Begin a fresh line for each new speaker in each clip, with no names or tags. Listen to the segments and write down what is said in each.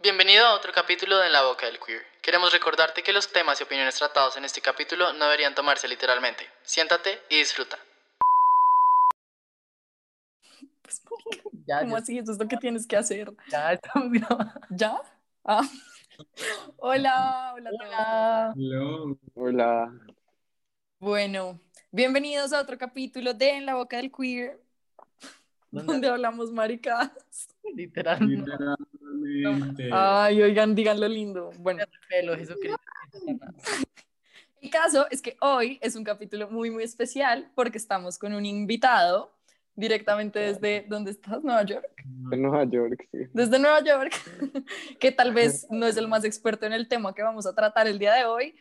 Bienvenido a otro capítulo de En la Boca del Queer. Queremos recordarte que los temas y opiniones tratados en este capítulo no deberían tomarse literalmente. Siéntate y disfruta.
Pues, ¿Cómo así? Eso es lo que tienes que hacer. Ya estamos ¿Ya? Ah. Hola, hola, hola.
Hello. Hola.
Bueno, bienvenidos a otro capítulo de En la Boca del Queer, donde hablamos maricadas.
Literalmente.
Literalmente.
Ah,
Ay, oigan, digan lo lindo. Bueno,
Pelo, Jesucristo.
el caso es que hoy es un capítulo muy, muy especial porque estamos con un invitado directamente desde, ¿dónde estás? Nueva York.
En Nueva York, sí.
desde Nueva York, que tal vez no es el más experto en el tema que vamos a tratar el día de hoy,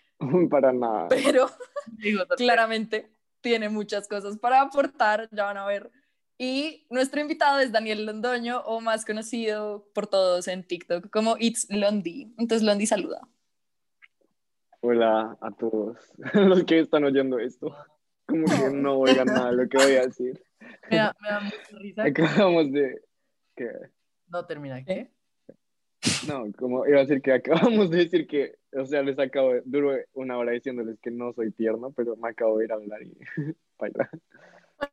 Para nada.
pero
Digo,
claramente tiene muchas cosas para aportar, ya van a ver. Y nuestro invitado es Daniel Londoño, o más conocido por todos en TikTok como It's Londi. Entonces, Londi saluda.
Hola a todos los que están oyendo esto. Como que no oigan nada de lo que voy a decir.
me da, me da mucha risa.
Eh, Acabamos de... Que,
No termina.
¿Eh?
no, como iba a decir que acabamos de decir que... O sea, les acabo de... Duro una hora diciéndoles que no soy tierno, pero me acabo de ir a hablar y... bailar.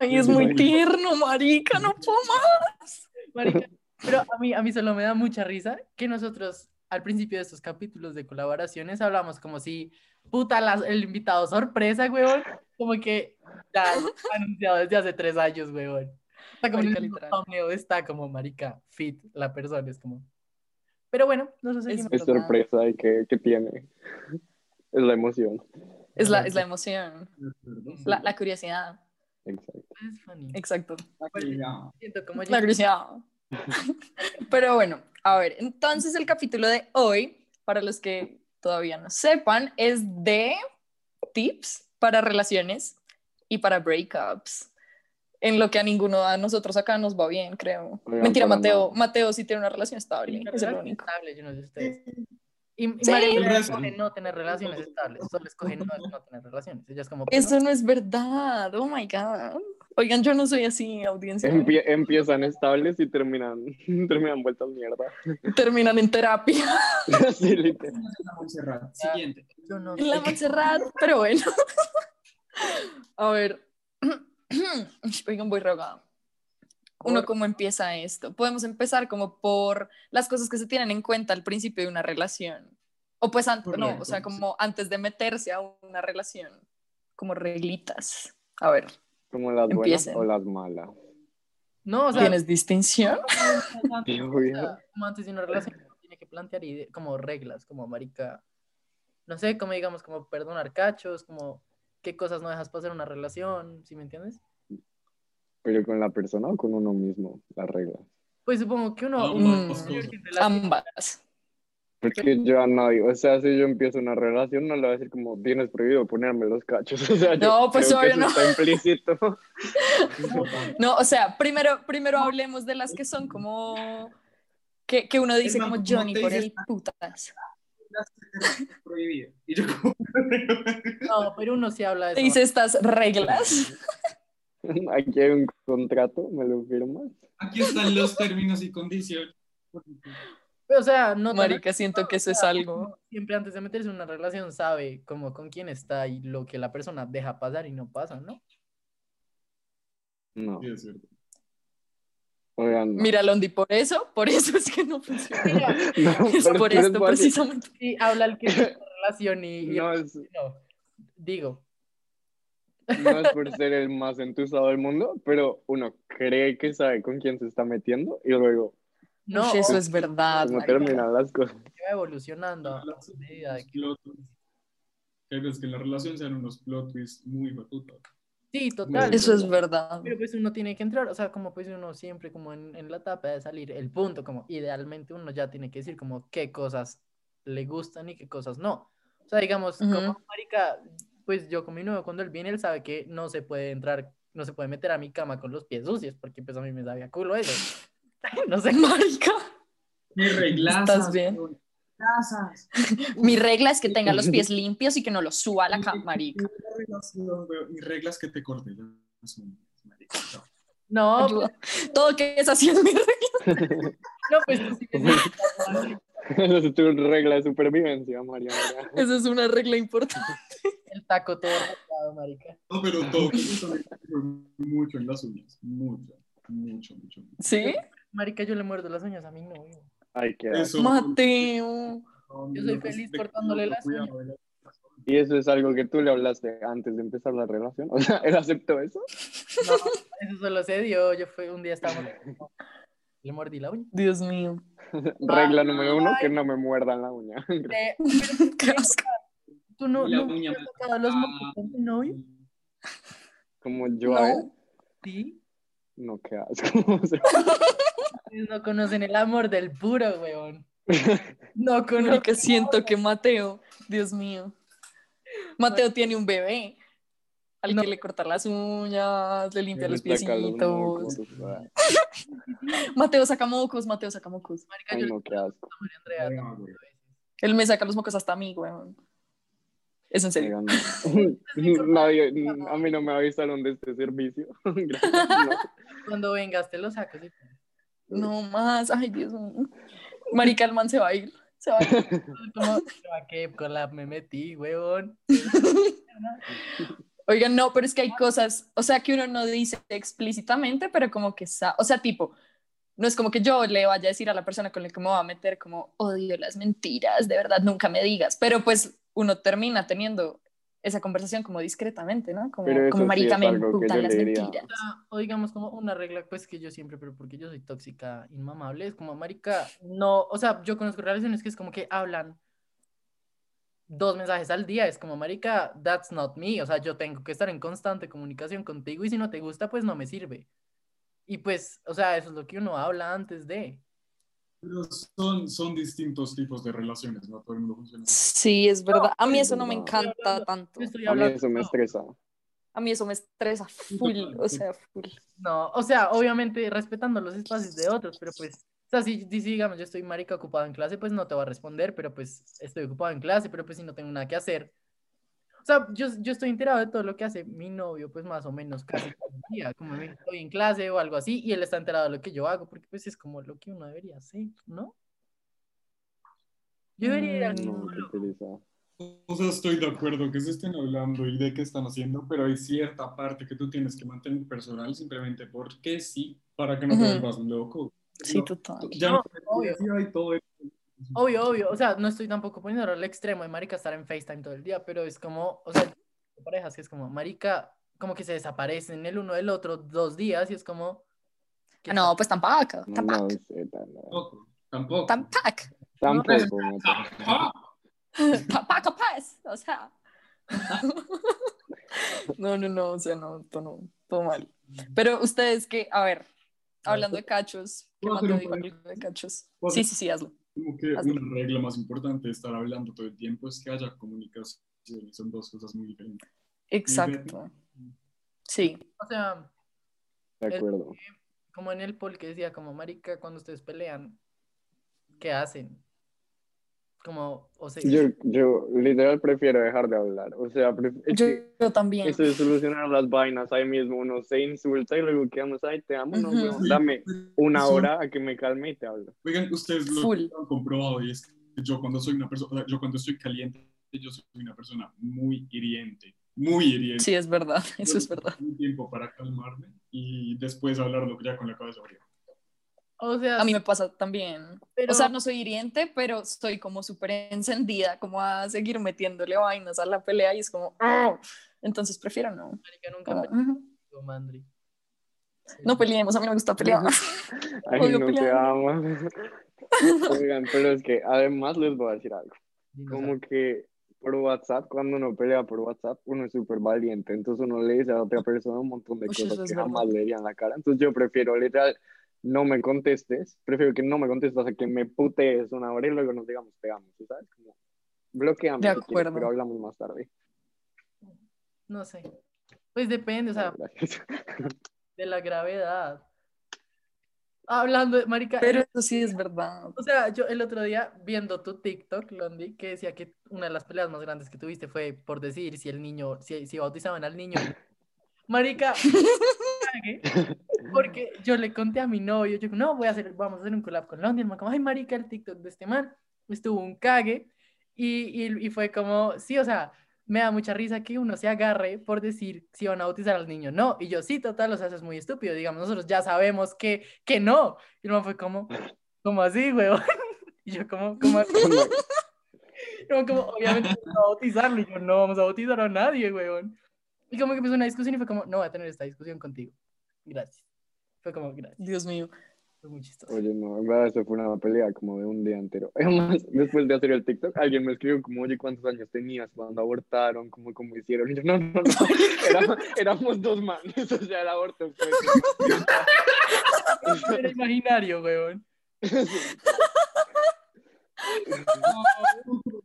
Ay, es muy tierno, marica, no puedo más.
Marica, pero a mí, a mí solo me da mucha risa que nosotros al principio de estos capítulos de colaboraciones hablamos como si, puta, las- el invitado sorpresa, huevón, como que ya anunciado desde hace tres años, huevón. Está como en el
Marica,
mismo
literal.
thumbnail, está como, marica, fit, la persona, es como... Pero bueno, nosotros
Es-
seguimos.
Es sorpresa y que, que tiene. Es la emoción.
Es la, es la emoción, la, la curiosidad.
Exacto.
Es funny.
Exacto.
Siento como
La curiosidad. Pero bueno, a ver, entonces el capítulo de hoy, para los que todavía no sepan, es de tips para relaciones y para breakups. En lo que a ninguno de nosotros acá nos va bien, creo.
Oigan,
Mentira,
para
Mateo. Mateo sí tiene una relación estable.
Tener
Es el
relaciones
único.
estables, yo no sé ustedes. Y, y
Sí.
María
El
Elena
resto.
escoge no tener relaciones estables, solo escoge no, no tener relaciones. Ella es como,
Eso no es verdad. Oh my God. Oigan, yo no soy así, audiencia.
Empie- empiezan estables y terminan, terminan vueltas mierda.
Terminan en terapia.
Sí, literal.
Siguiente. yo no
En la
sé".
Montserrat, pero bueno. A ver. Oigan, voy rogada. Uno, ¿cómo empieza esto? Podemos empezar como por las cosas que se tienen en cuenta al principio de una relación. O pues antes, no, o sea, como antes de meterse a una relación. Como reglitas. A ver,
Como las buenas
Empiecen.
o las malas.
No, o sea,
¿tienes distinción?
Sí,
antes,
obvio.
o sea, como antes de una relación uno tiene que plantear ide- como reglas, como marica, no sé, como digamos, como perdonar cachos, como qué cosas no dejas pasar en una relación, ¿sí me entiendes?
Pero con la persona o con uno mismo, las reglas.
Pues supongo que uno...
Mm,
uno-
ambas.
Porque yo a nadie, o sea, si yo empiezo una relación, no le voy a decir como tienes prohibido ponerme los cachos. O sea, yo
No, pues,
creo que
obvio,
eso
no.
Está implícito.
No, o sea, primero, primero hablemos de las que son como... Que, que uno dice
más,
como
¿cómo
Johnny
te
por
dices?
el putas.
prohibido. Y yo como...
No, pero uno sí habla de
Te
eso.
hice estas reglas.
Aquí hay un contrato, me lo firmas.
Aquí están los términos y condiciones.
O sea, no tener
Marica, siento que eso es algo.
uno Siempre antes de meterse en una relación sabe como con quién está y lo que la persona deja pasar y no pasa, ¿no?
No,
Sí, es cierto.
oigan, no.
Mira, Londi, por eso, por eso es que no funciona.
No,
Es
pero
por
que les
esto,
voy a decir-
precisamente.
Y habla el que tiene una relación y, y el
No es,
que no. Digo,
no es por ser el más entusiasmado del mundo, pero uno cree que sabe con quién se está metiendo y luego,
no,
Ush, eso es verdad.
como
marica.
terminan las cosas.
que va evolucionando a
Los
medida de que-
plot twists. Hay veces que en la relación sean unos plot twists muy batutas.
Sí, total.
Eso es verdad.
Pero pues uno tiene que entrar, o sea, como pues uno siempre como en, en la etapa de salir, el punto, como idealmente uno ya tiene que decir como qué cosas le gustan y qué cosas no. O sea, digamos,
Ujú.
como marica, pues yo con mi novio cuando él viene, él sabe que no se puede entrar, no se puede meter a mi cama con los pies sucios, porque pues a mí me sabía culo eso. no sé.
Marica,
Mi reglas.
¿Estás bien?
Casas.
mi regla es que tenga los pies limpios y que no los suba a la cama, marica.
Mis reglas que te corte. ya. Es un- es un marica. No.
No, pues,
Ayuda. Todo que es así es mi regla.
No, pues tú sí me dices,
Esa es tu regla de supervivencia, María. María.
Esa es una regla importante.
El taco todo rotado, marica.
No, pero todo fue mucho en las uñas. Mucho, mucho, mucho. mucho.
¿Sí?
Marica, yo le muerdo las uñas a mi novio.
Ay, qué asco.
Eso-
Mateo.
No,
Yo soy
no,
feliz
de-
cortándole
no,
las
cuidado,
uñas.
¿verdad?
¿Y eso es algo que tú le hablaste antes de empezar la relación? O sea, ¿él aceptó eso?
No, eso solo se dio. Yo fue un día estábamos. Le mordí la uña.
Dios mío.
Regla número uno, que no me muerdan la uña.
Te-
Qué asco.
¿Tú no,
Y la
nunca
uña
te has
me-
tocado los mocos con tu novio?
Como yo a él.
No.
Sí.
No, qué asco. O sea,
Ustedes no conocen el amor del puro, weón. No
Lo
conocen.
que siento que Mateo, Dios mío. Mateo tiene un bebé al
No.
que le corta las uñas, le limpia los
le saca los
piecitos.
mocos.
Mateo saca mocos, Mateo saca mocos.
Marica,
Ay,
yo
no, qué asco.
le Andrea
Ay,
tantas
güey.
veces.
Él me saca los mocos hasta a mí, weón. Es en serio.
Oigan, no. Nadie, a mí no me avisaron de este servicio. Gracias. no.
Cuando vengas, te lo sacas. y-
No más, ay Dios mío. Marica, el man se va a ir. Se va a ir.
Como, "Ah, qué con la me metí, weón.
Oigan, no, pero es que hay cosas, o sea, que uno no dice explícitamente, pero como que, sa- o sea, tipo, no es como que yo le vaya a decir a la persona con la que me va a meter como, odio las mentiras, de verdad, nunca me digas, pero pues uno termina teniendo esa conversación como discretamente, ¿no? Como,
Pero eso
como
sí
marica,
es
me
algo que yo
emputan
le
las
diría.
mentiras.
Ah, O digamos como una regla, pues que yo siempre, pero porque yo soy tóxica, inmamable, es como, marica, no, o sea, yo conozco relaciones que es como que hablan dos mensajes al día, es como, marica, that's not me, o sea, yo tengo que estar en constante comunicación contigo y si no te gusta, pues no me sirve. Y pues, o sea, eso es lo que uno habla antes de.
Pero son, son distintos tipos de relaciones, no todo el mundo funciona. así.
Sí, es verdad. A mí
es
eso no me
verdad.
encanta tanto.
Yo estoy
A mí
hablando.
eso me estresa.
A mí eso me estresa full, o sea, full.
No, o sea, obviamente respetando los espacios de otros, pero pues, o sea, si, si, digamos yo estoy marica ocupado en clase, pues no te va a responder, pero pues estoy ocupado en clase, pero pues si no tengo nada que hacer. O sea, yo, yo estoy enterado de todo lo que hace mi novio, pues más o menos casi todo el día, como ven, estoy en clase o algo así, y él está enterado de lo que yo hago, porque pues es como lo que uno debería hacer, ¿no? Yo debería ir al
Mm,
No,
psicólogo.
qué pereza.
O sea, estoy de acuerdo que se estén hablando y de qué están haciendo, pero hay cierta parte que tú tienes que mantener personal simplemente porque sí, para que no te
Ujú.
vuelvas loco.
Sí,
No,
total.
Ya
No,
no,
obvio.
y todo eso.
Obvio, obvio. O sea, no estoy tampoco poniéndolo al extremo de marica estar en FaceTime todo el día, pero es como, o sea, hay parejas que es como, marica, como que se desaparecen el uno del otro dos días y es como... ¿qué
Ah, No, pues tampoco,
No,
tampoco,
no sé, tan-
Tampoco. Tampoco.
tampoco, pues,
Tampoco. neta.
tampoco, pues, o sea. No, no, no, o sea, no, todo, no, todo mal. Pero ustedes que, a ver, pues, hablando de cachos, ¿qué
¿Puedo
más
hacer
te
un
digo hablando de cachos?
¿Puedo
Sí,
hacer-
sí, sí, hazlo.
Como que
Hazlo.
una regla más importante de estar hablando todo el tiempo es que haya comunicación. Son dos cosas muy diferentes.
Exacto. Sí.
O sea,
De acuerdo.
como en el poll que decía, como, marica, cuando ustedes pelean, ¿qué hacen? Como, o sea,
Yo, yo literal prefiero dejar de hablar. O sea, pref- es
Yo,
que
yo también.
eso de solucionar las vainas ahí mismo. Uno se insulta y luego quedamos ahí, te amo, no,
Ujú.
weón, Dame una hora a que me calme y te hablo.
Oigan, ustedes lo
Full.
han comprobado y es que yo cuando soy una persona, yo cuando estoy caliente, yo soy una persona muy hiriente, muy hiriente.
Sí, es verdad, eso es verdad.
Un tiempo para calmarme y después hablarlo ya con la cabeza fría.
o sea,
A mí me pasa también.
pero,
O sea, no soy hiriente, pero estoy como súper encendida, como a seguir metiéndole vainas a la pelea y es como, "Ah". entonces prefiero no.
marica, nunca
Como,
peleé
"Ujú".
con Mandri.
Ah.
Pues,
No peleemos, a mí no me gusta pelear.
Ay,
Odio
no te
pelear.
amo. Oigan, pero es que además les voy a decir algo.
Dinosaurio.
Como que por WhatsApp, cuando uno pelea por WhatsApp, uno es súper valiente. Entonces uno le dice a la otra persona un montón de
Uy, eso
cosas
es
que
verdad.
jamás le dirían la cara. Entonces yo prefiero literal, no me contestes. Prefiero que no me contestes a que me putees una hora y luego nos digamos, te amo. ¿sí ¿Sabes? Como, bloqueame.
De
si quieres,
acuerdo.
pero hablamos más tarde.
No sé. Pues depende, o sea,
Gracias.
de la gravedad. Hablando, de- marica,
Pero eso sí es verdad.
O sea, yo el otro día viendo tu TikTok, Londi, que decía que una de las peleas más grandes que tuviste fue por decir si el niño, si, si bautizaban al niño. Marica, cagué, porque yo le conté a mi novio, yo no, voy a hacer, vamos a hacer un collab con Londi, el man como, ay, marica, el TikTok de este man. estuvo un cague y, y- y fue como, sí, o sea, me da mucha risa que uno se agarre por decir si van a bautizar al niño. No, y yo sí, total, o sea, eso es muy estúpido, digamos, nosotros ya sabemos que, que no. Y el man fue como, ¿cómo así, weón? Y yo como, ¿cómo así? No, como, obviamente no vamos a bautizarlo. Y yo, no vamos a bautizar a nadie, weón. Y como que empezó una discusión y fue como, no voy a tener esta discusión contigo. Gracias. Fue como, gracias.
Dios mío.
Fue muy chistoso.
Oye, no, en verdad, eso fue una pelea como de un día entero. Además, después de hacer el TikTok, alguien me escribió como, oye, ¿cuántos años tenías cuando abortaron? ¿Cómo, cómo hicieron? Y yo, no, no, no, era- éramos dos manes, o sea, el aborto fue...
Era imaginario, weón.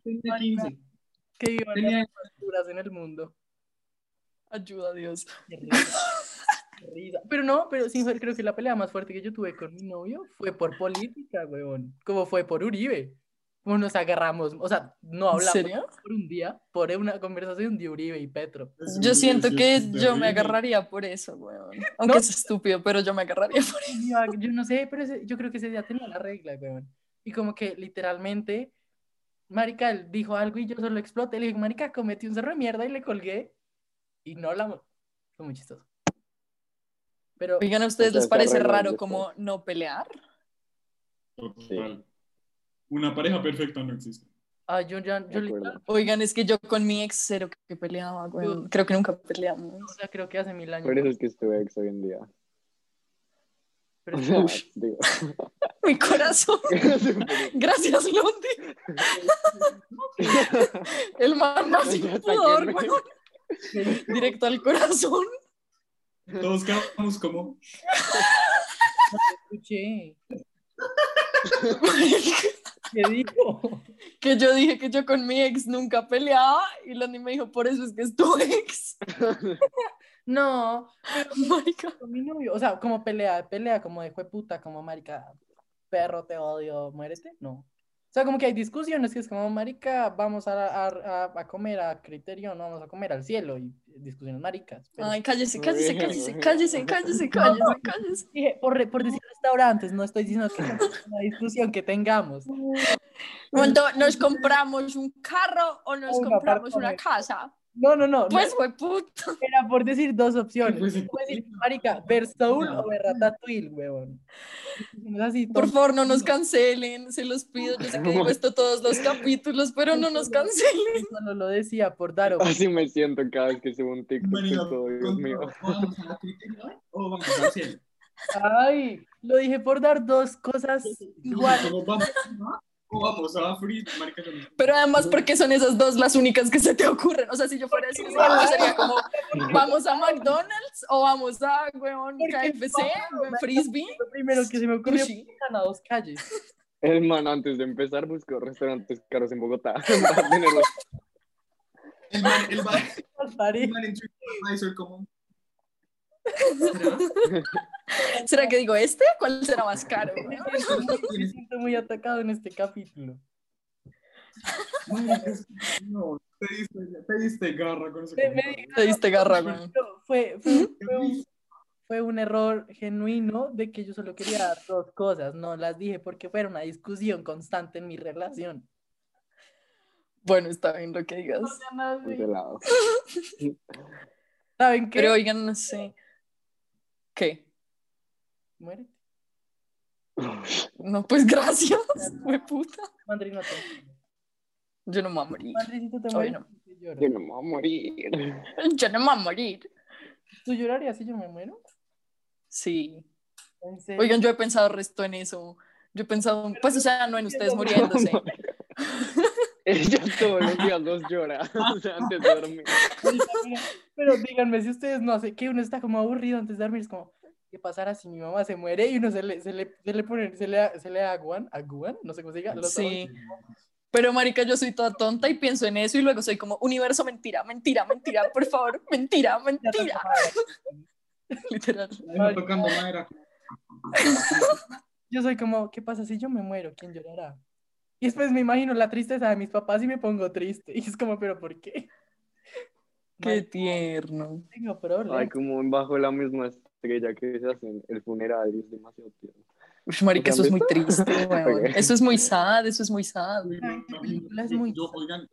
Tenía 15.
Que iban
Tenía-
las culturas en el mundo.
Ayuda, Dios.
Qué risa. Qué risa. Pero no, pero sin joder, creo que la pelea más fuerte que yo tuve con mi novio fue por política, weón. Como fue por Uribe. Como nos agarramos, o sea, no
¿En
hablamos
serio?
por un día, por una conversación de Uribe y Petro.
Eso
Yo
es
siento que
terrible.
yo me agarraría por eso, weón. Aunque
No.
es estúpido, pero yo me agarraría por eso.
Yo, yo no sé, pero ese- yo creo que ese día tenía la regla, weón. Y como que literalmente, Marica él dijo algo y yo solo exploté. Le dije, Marica, cometí un cerro de mierda y le colgué. Y no hablamos. Fue muy chistoso. Pero
Oigan, ¿a ustedes
O sea,
les
se
parece
arreglan
raro
después.
como no pelear?
Total. Una pareja perfecta no existe.
ah, yo, ya- yo
De acuerdo.
literal,
Oigan, es que yo con mi ex cero que peleaba, weón. Creo que nunca peleamos.
o sea, creo que hace mil años.
Por eso es que estuve ex hoy en día.
pero-
O sea, digo,
Mi corazón. Gracias, Lundi. El man más
Ya
sin
saqué
pudor,
el-
weón. Directo al corazón.
Todos quedamos como.
Escuché. ¿Qué dijo?
que yo dije que yo con mi ex nunca peleaba y Lundi me dijo, por eso es que es tu ex. Oh
No,
Marica.
con mi novio. O sea, como pelea, pelea, como de puta, como marica, perro, te odio, muérete. No. O sea, como que hay discusiones que es como, marica, vamos a, a, a- a comer a criterio, no vamos a comer al cielo. Y discusiones maricas. pero-
Ay, cállese,
Muy
cállese,
bien,
cállese,
muy
cállese,
bien.
cállese, cállese, cállese.
Dije, por, re- por decir restaurantes, no estoy diciendo que no es una discusión que tengamos.
Cuando nos compramos un carro o nos
Un
compramos una
apartamento.
casa.
No, no, no.
Pues fue puto.
no era por decir dos opciones.
Pues, sí.
Por decir, marica, ver Saúl o ver Ratatouille, huevón. Discusiones así,
Por
tontas.
favor, no nos cancelen, se los pido. Yo sé que digo esto todos los capítulos, pero no nos cancelen.
Solo lo decía por dar opinión.
Así me siento cada vez que subo un TikTok. que
Marica,
todo, Dios mío.
¿Vamos a la crítica o vamos al cielo?
Ay, lo dije por dar dos cosas igual.
Como, ¿Vamos a- o vamos a Free? Marica, yo no-
Pero además, porque son esas dos las únicas que se te ocurren? O sea, si yo fuera así, yo sería como, ¿vamos a McDonald's o vamos a, weón,
Porque
KFC, weón, Frisbee?
Lo primero que se me ocurrió
Sushi.
eran a dos calles.
El man antes de empezar buscó restaurantes caros en Bogotá para tenerlos.
El man, el man,
Saltaré.
el man en TripAdvisor como.
¿Será que digo este? ¿Cuál será más caro?
Me
weón?
siento- me siento muy atacado en este capítulo.
Marica, es que no, te diste, te diste garra con ese
Me- me
comentario.
Te diste garra, weón.
No, fue, fue, fue un, fue un error genuino de que yo solo quería dar dos cosas, no las dije porque fuera una discusión constante en mi relación.
Bueno, está bien lo que digas.
O sea, nada, güey.
Cancelado.
¿Saben qué?
Pero oigan, no sé. ¿Qué?
Muérete.
No, pues gracias, puta.
Mandri, no te-
Yo no me voy a morir.
Mandri, si tú te
Ay,
mueres,
no.
yo lloro.
Yo no me voy a morir.
Yo no me voy a morir.
¿Tú llorarías si yo me muero?
Sí.
¿En serio?
Oigan, yo he pensado resto en eso. Yo he pensado, pues, o sea, no en ustedes muriéndose.
Ella todos los días dos llora. O sea, antes de dormir.
Ahorita, mira, Pero díganme si ustedes no hacen, que uno está como aburrido antes de dormir, es como, ¿qué pasará si mi mamá se muere? Y uno se le, se le, se le pone, se le, se le aguan, aguan, no sé cómo se diga. los
Sí. Pero marica, yo soy toda tonta y pienso en eso y luego soy como universo mentira, mentira, mentira, por favor, mentira,
Ya te
mentira,
acabas.
literal.
Ay, Tocando madera.
Yo soy como, ¿qué pasa si yo me muero? ¿Quién llorará? Y después me imagino la tristeza de mis papás y me pongo triste. Y es como, ¿pero por qué?
Qué tierno.
No tengo problema.
Ay, como bajo la misma estrella que se hacen el funeral y es demasiado tierno.
Uf, marica,
¿Lo
eso es muy
han visto?
triste, weón.
Ok.
Eso es muy sad, eso es muy sad.
Esta película es muy-
Yo, oigan,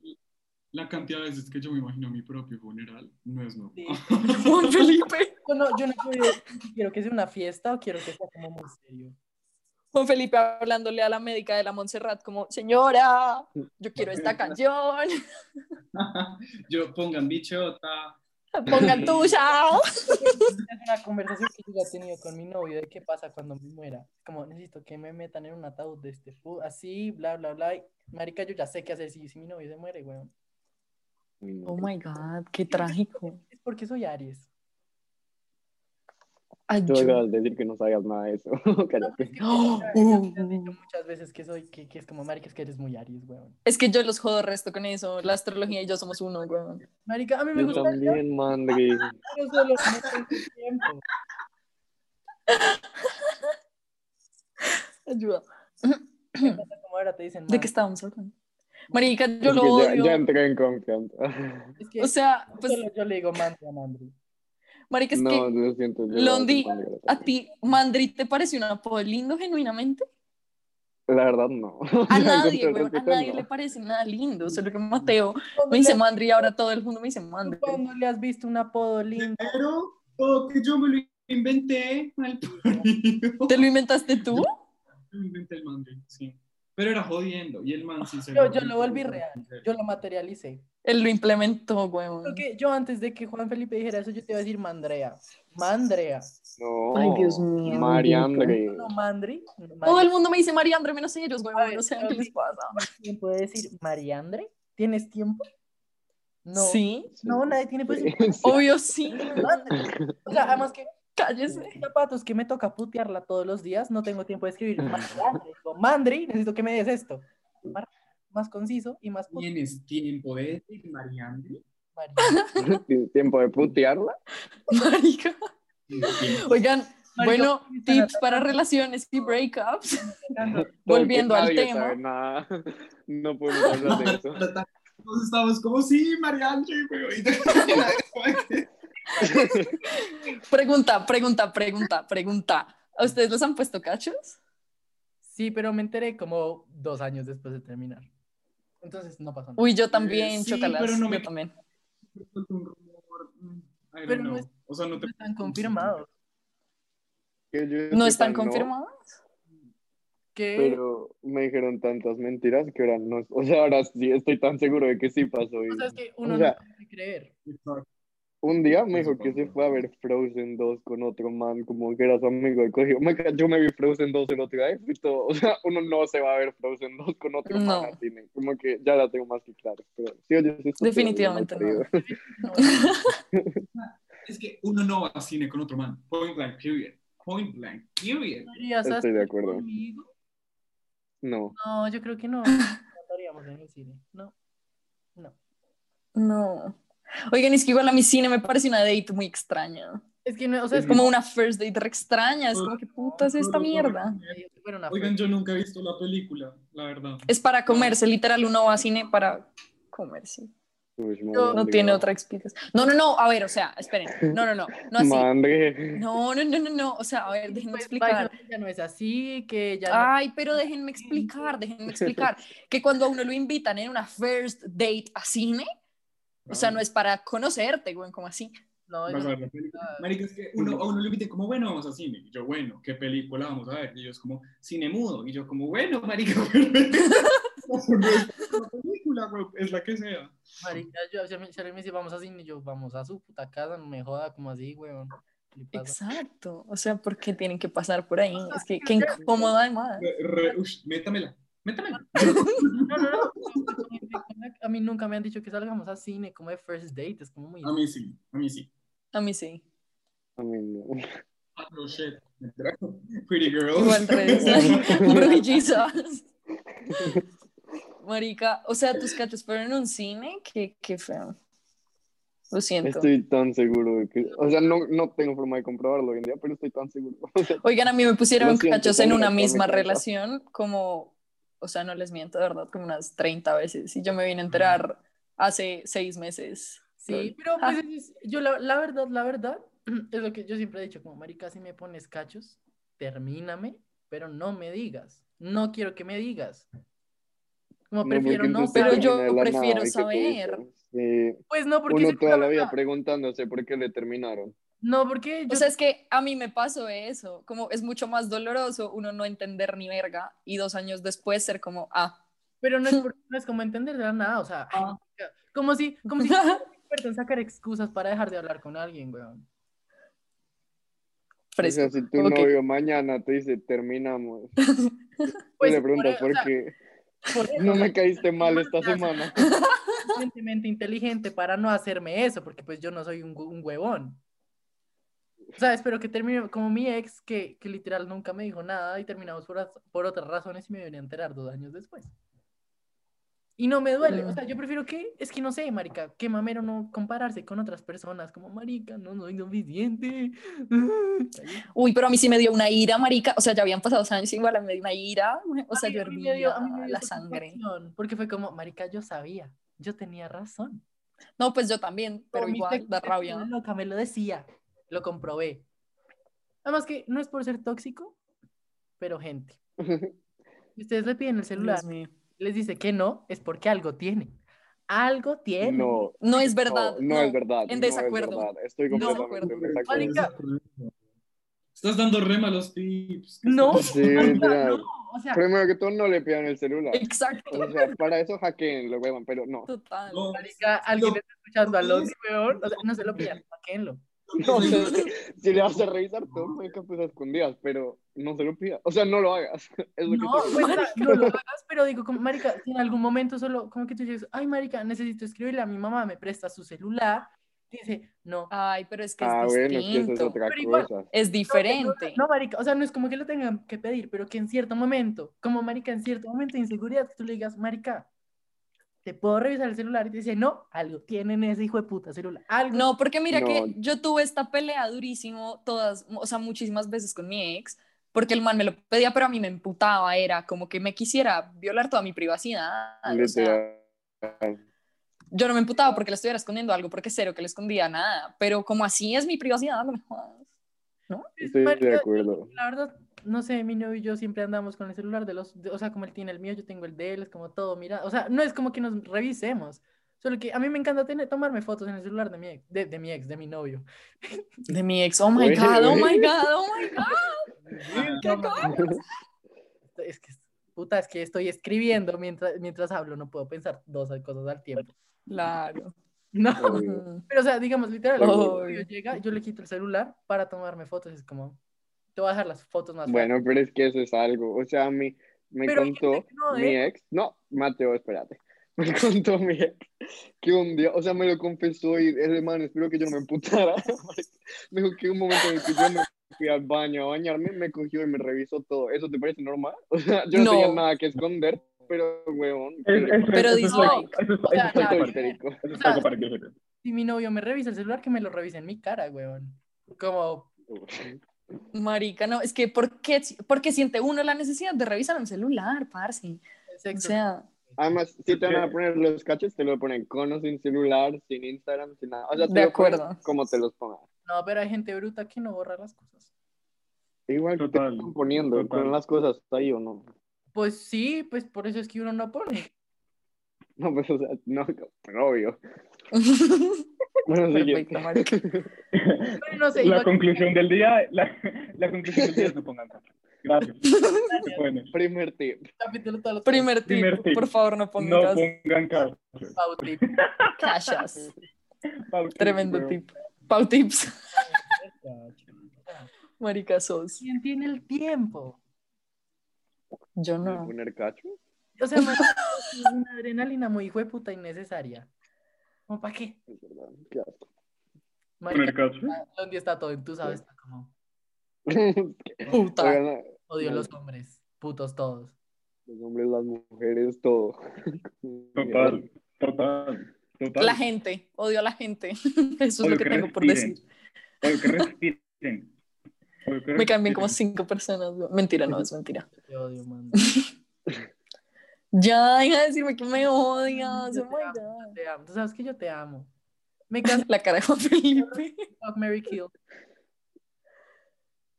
la cantidad de veces que yo me imagino mi propio funeral no es normal.
Sí.
Juan Felipe,
Yo no, yo no quiero, quiero que sea una fiesta o quiero que sea como muy serio.
Juan Felipe hablándole a la médica de la Montserrat como, señora, yo quiero esta canción,
yo pongan bichota.
pongan tuya.
Es una conversación que yo ya he tenido con mi novio de qué pasa cuando me muera. Como necesito que me metan en un ataúd de este pu- así, bla, bla, bla. Y, marica, yo ya sé qué hacer si, si mi novio se muere, weón.
Oh my God, qué trágico.
Es porque soy Aries.
Ay,
Tú
yo-
acabas de decir que no sabías nada de eso. Cállate.
¡Oh!
Yo te he dicho muchas veces que soy, que, que es como, marica, es que eres muy Aries, weón.
Es que yo los jodo resto con eso. La astrología y yo somos uno, weón.
Marica, a mí me
Yo
gusta el león,
también, Mandri.
pero solo no tengo tiempo.
Ayuda.
¿Qué pasa como ahora te dicen,
¿De qué
man?
estábamos hablando? Marica, yo
Es
lo
que ya-
odio.
Ya entré en confianza.
Es que
O sea, pues,
solo yo le digo Mandri a Mandri.
Marica, es
no,
que
lo siento. yo
Londi,
voy a decir
a ti, Mandri, ¿te parece un apodo lindo genuinamente?
La verdad, no. este
A
Yo
nadie,
encuentro
weón, a
respeto,
nadie
no.
le parece nada lindo. Solo que Mateo
Cuando
me
le-
dice Mandri y ahora todo el mundo me dice
¿tú
Mandri.
cuando le has visto un apodo lindo?
Pero, todo que yo me lo inventé, mal parido.
¿Te lo inventaste tú?
Me inventé el man, güey, sí. Pero era jodiendo, y el man sí se
Yo, yo lo volví real, yo lo materialicé.
Él lo implementó, weón.
Porque yo antes de que Juan Felipe dijera eso, yo te iba a decir Mandrea. Mandrea.
No.
Ay, Dios mío,
María
marica.
André.
No, Mandri. Mandri.
Todo el mundo me dice María André menos ellos,
A
weón.
ver,
No sé qué
Londi.
les pasa.
¿Quién puede decir Mariandre? ¿Tienes tiempo? No.
Sí,
No, nadie tiene pues.
obvio sí.
Mandri. O sea, además que
Cállese.
zapatos que me toca putearla todos los días, no tengo tiempo de escribir Mariandre. Digo, Mandri, necesito que me des esto. Mar- Más conciso y más puto.
¿Tienes tiempo de decir, Mariandri?
Mariandre.
¿Tienes tiempo de putearla?
Marica. Oigan, bueno,
Marica,
tips para relaciones y breakups. Volviendo
Porque
al
nadie
tema.
sabe nada. No podemos hablar de eso.
Nosotros estábamos como, sí, Mariandri, güey. Y de-
Pregunta, pregunta, pregunta, pregunta. ¿A ustedes los han puesto cachos?
Sí, pero me enteré como dos años después de terminar. Entonces no pasó nada.
Uy, yo también,
Sí,
chocalas.
pero no
yo
me-
también.
un rumor, mm, I don't
Pero no
know.
es-
O sea, no te...
No están confirmados.
Que yo
¿No
sepa,
están confirmados?
¿Qué?
Pero me dijeron tantas mentiras que ahora no. O sea, ahora sí estoy tan seguro de que sí pasó. y-
O sea, es que uno
O sea,
no puede creer.
Un día me dijo que se fue a ver Frozen 2 con otro man, como que era su amigo y cogió. marica, yo me vi Frozen 2 el otro día eh, y todo. O sea, uno no se va a ver Frozen 2 con otro
No.
man al cine. Como que ya la tengo más que clara. Pero sí, oye, sí, estoy
Definitivamente
mal parido.
No,
Es que uno no va a cine con otro man. Point blank, period. Point blank, period.
¿tú irías a
Estoy de
cine
acuerdo.
conmigo?
No.
No, yo creo que no. No estaríamos en el cine. No.
No. Oigan, es que igual a mi cine me parece una date muy extraña.
Es que no, o sea, es
Es como una first date re extraña. Es como que puta es esta mierda.
Bueno, una
Oigan,
Oigan,
yo nunca he visto la película, la verdad.
Es para comerse, literal, uno va a cine para comerse.
Uy,
No tiene otra explicación. No, no, no. A ver, o sea, esperen. No, no, no. No así.
Mandre.
No, no, no, no, no. O sea, a ver, déjenme explicar.
pues, Ya no es así, que ya no-
Ay, pero déjenme explicar, déjenme explicar. Que cuando a uno lo invitan en una first date a cine, o sea, no es para conocerte, güey, como así.
no,
Vas
no,
a ver la película. Marica, es que uno, a uno le inviten como, bueno, vamos a cine. Y yo, bueno, ¿qué película vamos a ver? Y ellos como, cine mudo. Y yo como, bueno, marica, pero- No es la película, güey, es la que sea.
marica, yo, yo, me- Sharon me dice, vamos a cine, y yo, vamos a su puta casa, no me joda, como así, weón. ¿Qué le pasa?
Exacto. O sea, ¿por qué tienen que pasar por ahí? Es que qué incómodo además.
Re- re- ush, métamela, métamela.
No, no, no, a mí nunca me han dicho que salgamos a cine, como de first date, es como muy...
A mí sí, a mí sí.
A mí sí.
A mí no.
Ah, no, shit. Pretty girl.
Igual redes. Bro, Jesus. Marica, o sea, tus cachos fueron en un cine, qué, qué feo. Lo siento.
Estoy tan seguro de que. O sea, no, no tengo forma de comprobarlo hoy en día, pero estoy tan seguro. O sea,
Oigan, a mí me pusieron
Lo siento,
cachos en
tengo
una
razón, me
misma
encanta.
relación, como, o sea, no les miento, de verdad, como unas 30 veces. Y yo me vine a enterar hace seis meses.
Sí, pero pues
Ah.
eso es- yo la, la verdad, la verdad, es lo que yo siempre he dicho, como marica, si me pones cachos, termíname pero no me digas. No quiero que me digas. Como
porque
prefiero no
entonces
pero
saber.
termina
yo
de la nada,
prefiero
¿y qué te
saber.
dicen? Sí,
Pues no, porque
Uno
se-
toda la vida preguntándose por qué le terminaron.
No, porque yo
O sea, es que a mí me pasó eso, como es mucho más doloroso uno no entender ni verga y dos años después ser como, ah,
Pero no es, por- no es como entender de la nada, o sea, ay,
Ah.
marica, como si, como si fuera experto en sacar excusas para dejar de hablar con alguien, weón.
O
fresco.
sea, si tu
Ok.
novio mañana te dice terminamos,
Pues,
tú le preguntas
por-
por
o sea,
qué
por eso,
no me
weón,
caíste
soy
mal esta
demasiado
semana.
suficientemente inteligente para no hacerme eso, porque pues yo no soy un, gu- un huevón. O sea, espero que termine como mi ex, que, que literal nunca me dijo nada y terminamos por, as- por otras razones y me debería enterar dos años después. Y no me duele, o sea, yo prefiero que, es que no sé, marica, qué mamero no compararse con otras personas, como marica, no soy suficiente.
Uy, pero a mí sí me dio una ira, marica. O sea, ya habían pasado años igual, a mí me dio una ira. O sea,
mí-
yo
a mí me
hervía
dio- a mí me dio
la sangre.
satisfacción, Porque fue como, marica, yo sabía, yo tenía razón.
No, pues yo también, pero
Como mi
igual,
sexo
da
sentido
rabia.
Loca, me lo decía, lo comprobé. Además que no es por ser tóxico, pero gente. Si ustedes le piden el celular,
Dios mío.
les dice que no, es porque algo tiene. Algo tiene.
No,
No es
no,
verdad.
Oh,
no es verdad.
en
no es
desacuerdo.
verdad, Estoy
No.
completamente en desacuerdo.
Marica.
Estás dando re malos tips.
No,
Sí,
marica,
literal.
no, O sea,
Primero que todo, no le pidan el celular.
Exacto,
O sea, para eso hackeen, lo huevan, pero no.
total.
No,
marica, alguien
No.
está escuchando a los weón. O sea, no se lo pidan, paquenlo.
No, o sea, si le vas a revisar todo, marica, pues a escondidas, pero no se lo pidas. O sea, no lo hagas. Es lo que
No,
te digo.
pues, no lo hagas, pero digo, como, marica, si en algún momento solo, como que tú dices, ay, marica, necesito escribirle a mi mamá, me presta su celular, dice, no,
Ay, pero es que
Ah,
es
bueno, es que eso es
distinto.
otra
Pero igual-
cosa.
Es
No,
diferente.
No, marica, o sea, no es como que lo tengan que pedir, pero que en cierto momento, como marica, en cierto momento de inseguridad, que tú le digas, marica, ¿te puedo revisar el celular? Y te dice, no, algo tienen ese hijo de puta celular, algo.
No, porque mira que
No.
yo tuve esta pelea durísimo todas, o sea, muchísimas veces con mi ex, porque el man me lo pedía, pero a mí me emputaba, era como que me quisiera violar toda mi privacidad.
ah,
o sea,
Literal.
yo no me emputaba porque le estuviera escondiendo algo, porque cero que le escondía nada, pero como así es mi privacidad, no me jodas.
Pues,
Estoy
marica,
de acuerdo.
La verdad, no sé, mi novio y yo siempre andamos con el celular de los, de- o sea, como él tiene el mío, yo tengo el de él, es como todo, mira, o sea, no es como que nos revisemos, solo que a mí me encanta tener, tomarme fotos en el celular de mi ex, de, de mi ex, de mi novio.
De mi ex, oh my
Güey,
god, oh
güey.
my god, oh my god. ¿Qué cosa?
Es que, puta, es que estoy escribiendo mientras, mientras hablo, no puedo pensar dos cosas al tiempo.
Claro.
No.
Obvio.
Ujú.
Pero, o sea, digamos, literal,
Obvio.
yo llega, yo le quito el celular para tomarme fotos, es como, te voy a dejar las fotos más feas.
Bueno, pero es que eso es algo. O sea, a mí me
Pero hay
contó
gente que no,
mi
¿eh?
ex. No, Mateo, espérate. Me contó mi ex que un día, o sea, me lo confesó y el man, espero que yo no me emputara. me dijo que un momento en el que yo me fui al baño a bañarme, me cogió y me revisó todo. ¿Eso te parece normal? O sea, yo no,
No.
tenía nada que esconder, pero huevón.
Pero dislike.
sea,
Soy
la-
partérico.
Si mi novio me revisa el celular, que me lo revise en mi cara, weón. Como,
Marica, no, es que ¿por qué, por qué siente uno la necesidad de revisar un celular, parce?
el
O
sexo.
sea,
Además, si te van a poner los caches, te lo ponen con o sin celular, sin Instagram, sin nada. O sea, te
De
lo ponen
acuerdo.
como te los pongan.
No, pero hay gente bruta que no borra las cosas.
Igual que
Total,
te están poniendo
total.
con las cosas ahí o no.
Pues sí, pues por eso es que uno no pone.
No, pues, o sea, no, pero obvio. Bueno, siguiente.
perfecto, marica.
Pero no
La
sé, igual-
eh,
conclusión del día, la, la conclusión del día es no pongan caca. Gracias. Se pueden.
Primer tip.
capítulo todos los
Primer tip,
Primer tip.
por favor, no
No
pongas
pongan caca.
Pau Trip.
cachas.
Pausa,
Tremendo
weón.
tip. Pau tips, marica sos.
¿Quién tiene el tiempo?
Yo no.
¿Poner cacho?
O sea, marica, es una adrenalina muy hijo de puta innecesaria. ¿Cómo para qué?
Es verdad, qué asco.
Poner
Marica,
caca.
¿dónde está todo? Tú sabes, está como,
Puta.
Oigan,
odio a los hombres, putos todos.
los hombres, las mujeres, todo.
Total, total, total.
La gente, odio a la gente. Eso es
Odio
lo que tengo por
respiren.
decir.
Odio que respiren. Odio que
Me cambian como
respiren.
cinco personas. güey. Mentira, no, es mentira.
Te odio, man.
Ya, deja de decirme que me odias. Oh
Yo
my
te
God.
Te amo, tú sabes que yo te amo. Me canso
La cara de Juan Felipe.
de Fuck, Mary Kill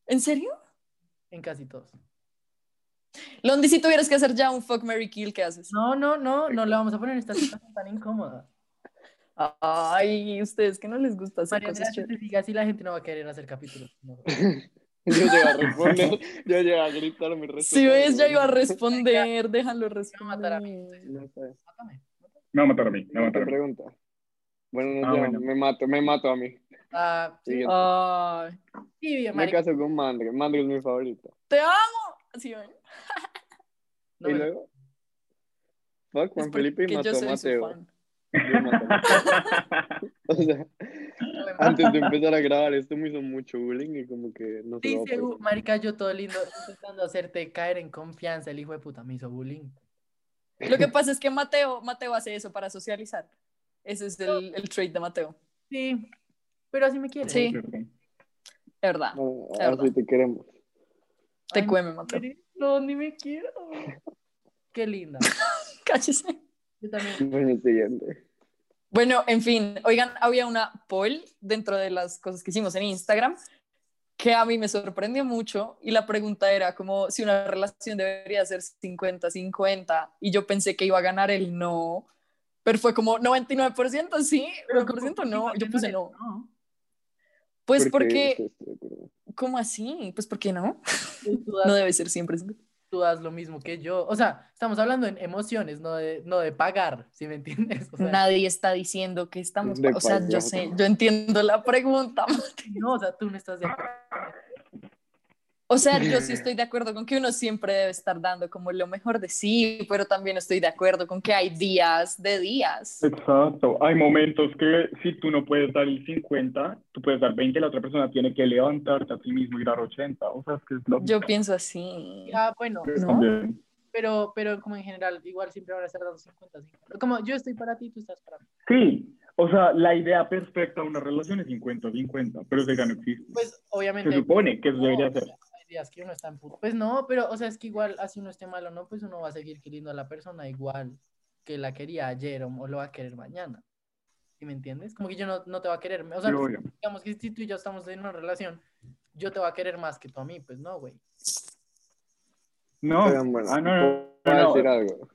¿En serio?
en casi todos.
Londi, si tuvieras que hacer ya un fuck Mary Kill, ¿qué haces?
No, no, no, no la vamos a poner en esta situación tan incómoda.
Ay, ustedes que no les gusta hacer
Mariana,
cosas
que te diga así la gente no va a querer hacer capítulos. No.
Yo llegué a responder, yo llegué a gritar mi respuesta.
Si ves, ya iba a responder, déjalo
a matar a mí.
responder.
No sé,
Mátame.
Me va a matar a mí, me va a
no te
matar a mí.
pregunta. Bueno, no,
Ah,
ya,
bueno.
me mato, me mato a mí.
Ah, sí,
Siguiente.
Ay,
sí, bien,
me
marica.
caso con Mandre, Mandre es mi favorito.
te amo. Sí, ven.
No,
y
me-
luego, fuck
Es
Juan Felipe y
porque
mató
yo
a
soy su
Mateo.
fan.
Yo mato a Mateo. O sea,
no me mates.
antes de empezar a grabar esto me hizo mucho bullying y como que no pues. se lo
Dice,
voy
uh,
a perdonar.
marica, yo todo lindo intentando hacerte caer en confianza. El hijo de puta me hizo bullying.
Lo que pasa es que Mateo, Mateo hace eso para socializar. Ese es el, el trait de Mateo.
Sí, pero así me quiere.
Sí. De verdad.
No,
Es
ahora sí
verdad.
Ah, te queremos.
Te
Ay,
cueme, Mateo.
Eres- No, ni me quiero. Qué linda.
Cállese.
Yo también.
Bueno, siguiente.
Bueno, en fin, oigan, había una poll dentro de las cosas que hicimos en Instagram que a mí me sorprendió mucho y la pregunta era como si una relación debería ser 50-50 y yo pensé que iba a ganar el no, pero fue como 99% sí, 1% no, yo puse no. Pues
este,
porque, ¿cómo así? Pues porque no,
Tú
no
das,
debe ser siempre.
tú das lo mismo que yo. O sea, estamos hablando en emociones, no de, no de pagar, si me entiendes? O sea,
Nadie está diciendo que estamos,
De
o sea, yo
payaso.
sé, yo entiendo la pregunta.
no, o sea, tú no estás de acuerdo.
O sea, yo sí estoy de acuerdo con que uno siempre debe estar dando como lo mejor de sí, pero también estoy de acuerdo con que hay días de días.
Exacto. Hay momentos que si tú no puedes dar el 50, tú puedes dar 20, la otra persona tiene que levantarte a ti mismo y dar 80. O sea, es que es lo
Yo pienso así.
Ah, bueno,
Yo
¿no?
también.
pero, pero como en general, igual siempre van a estar dando 50, 50. Como yo estoy para ti, tú estás para mí.
Sí. O sea, la idea perfecta de una relación es 50-50, pero ese ya no existe.
Pues
Se
obviamente.
supone que eso
no,
debería
o sea,
ser.
hay días que uno está en puto. Pues no, pero o sea, es que igual, así uno esté malo, ¿no? Pues uno va a seguir queriendo a la persona igual que la quería ayer o, o lo va a querer mañana. ¿Sí me entiendes? Como que yo no, no te va a querer. O sea,
Pero obvio.
digamos que si tú y yo estamos en una relación, yo te va a querer más que tú a mí, pues no, güey.
No,
Oigan, bueno,
ah, no, no,
Voy a
no,
decir
no.
algo.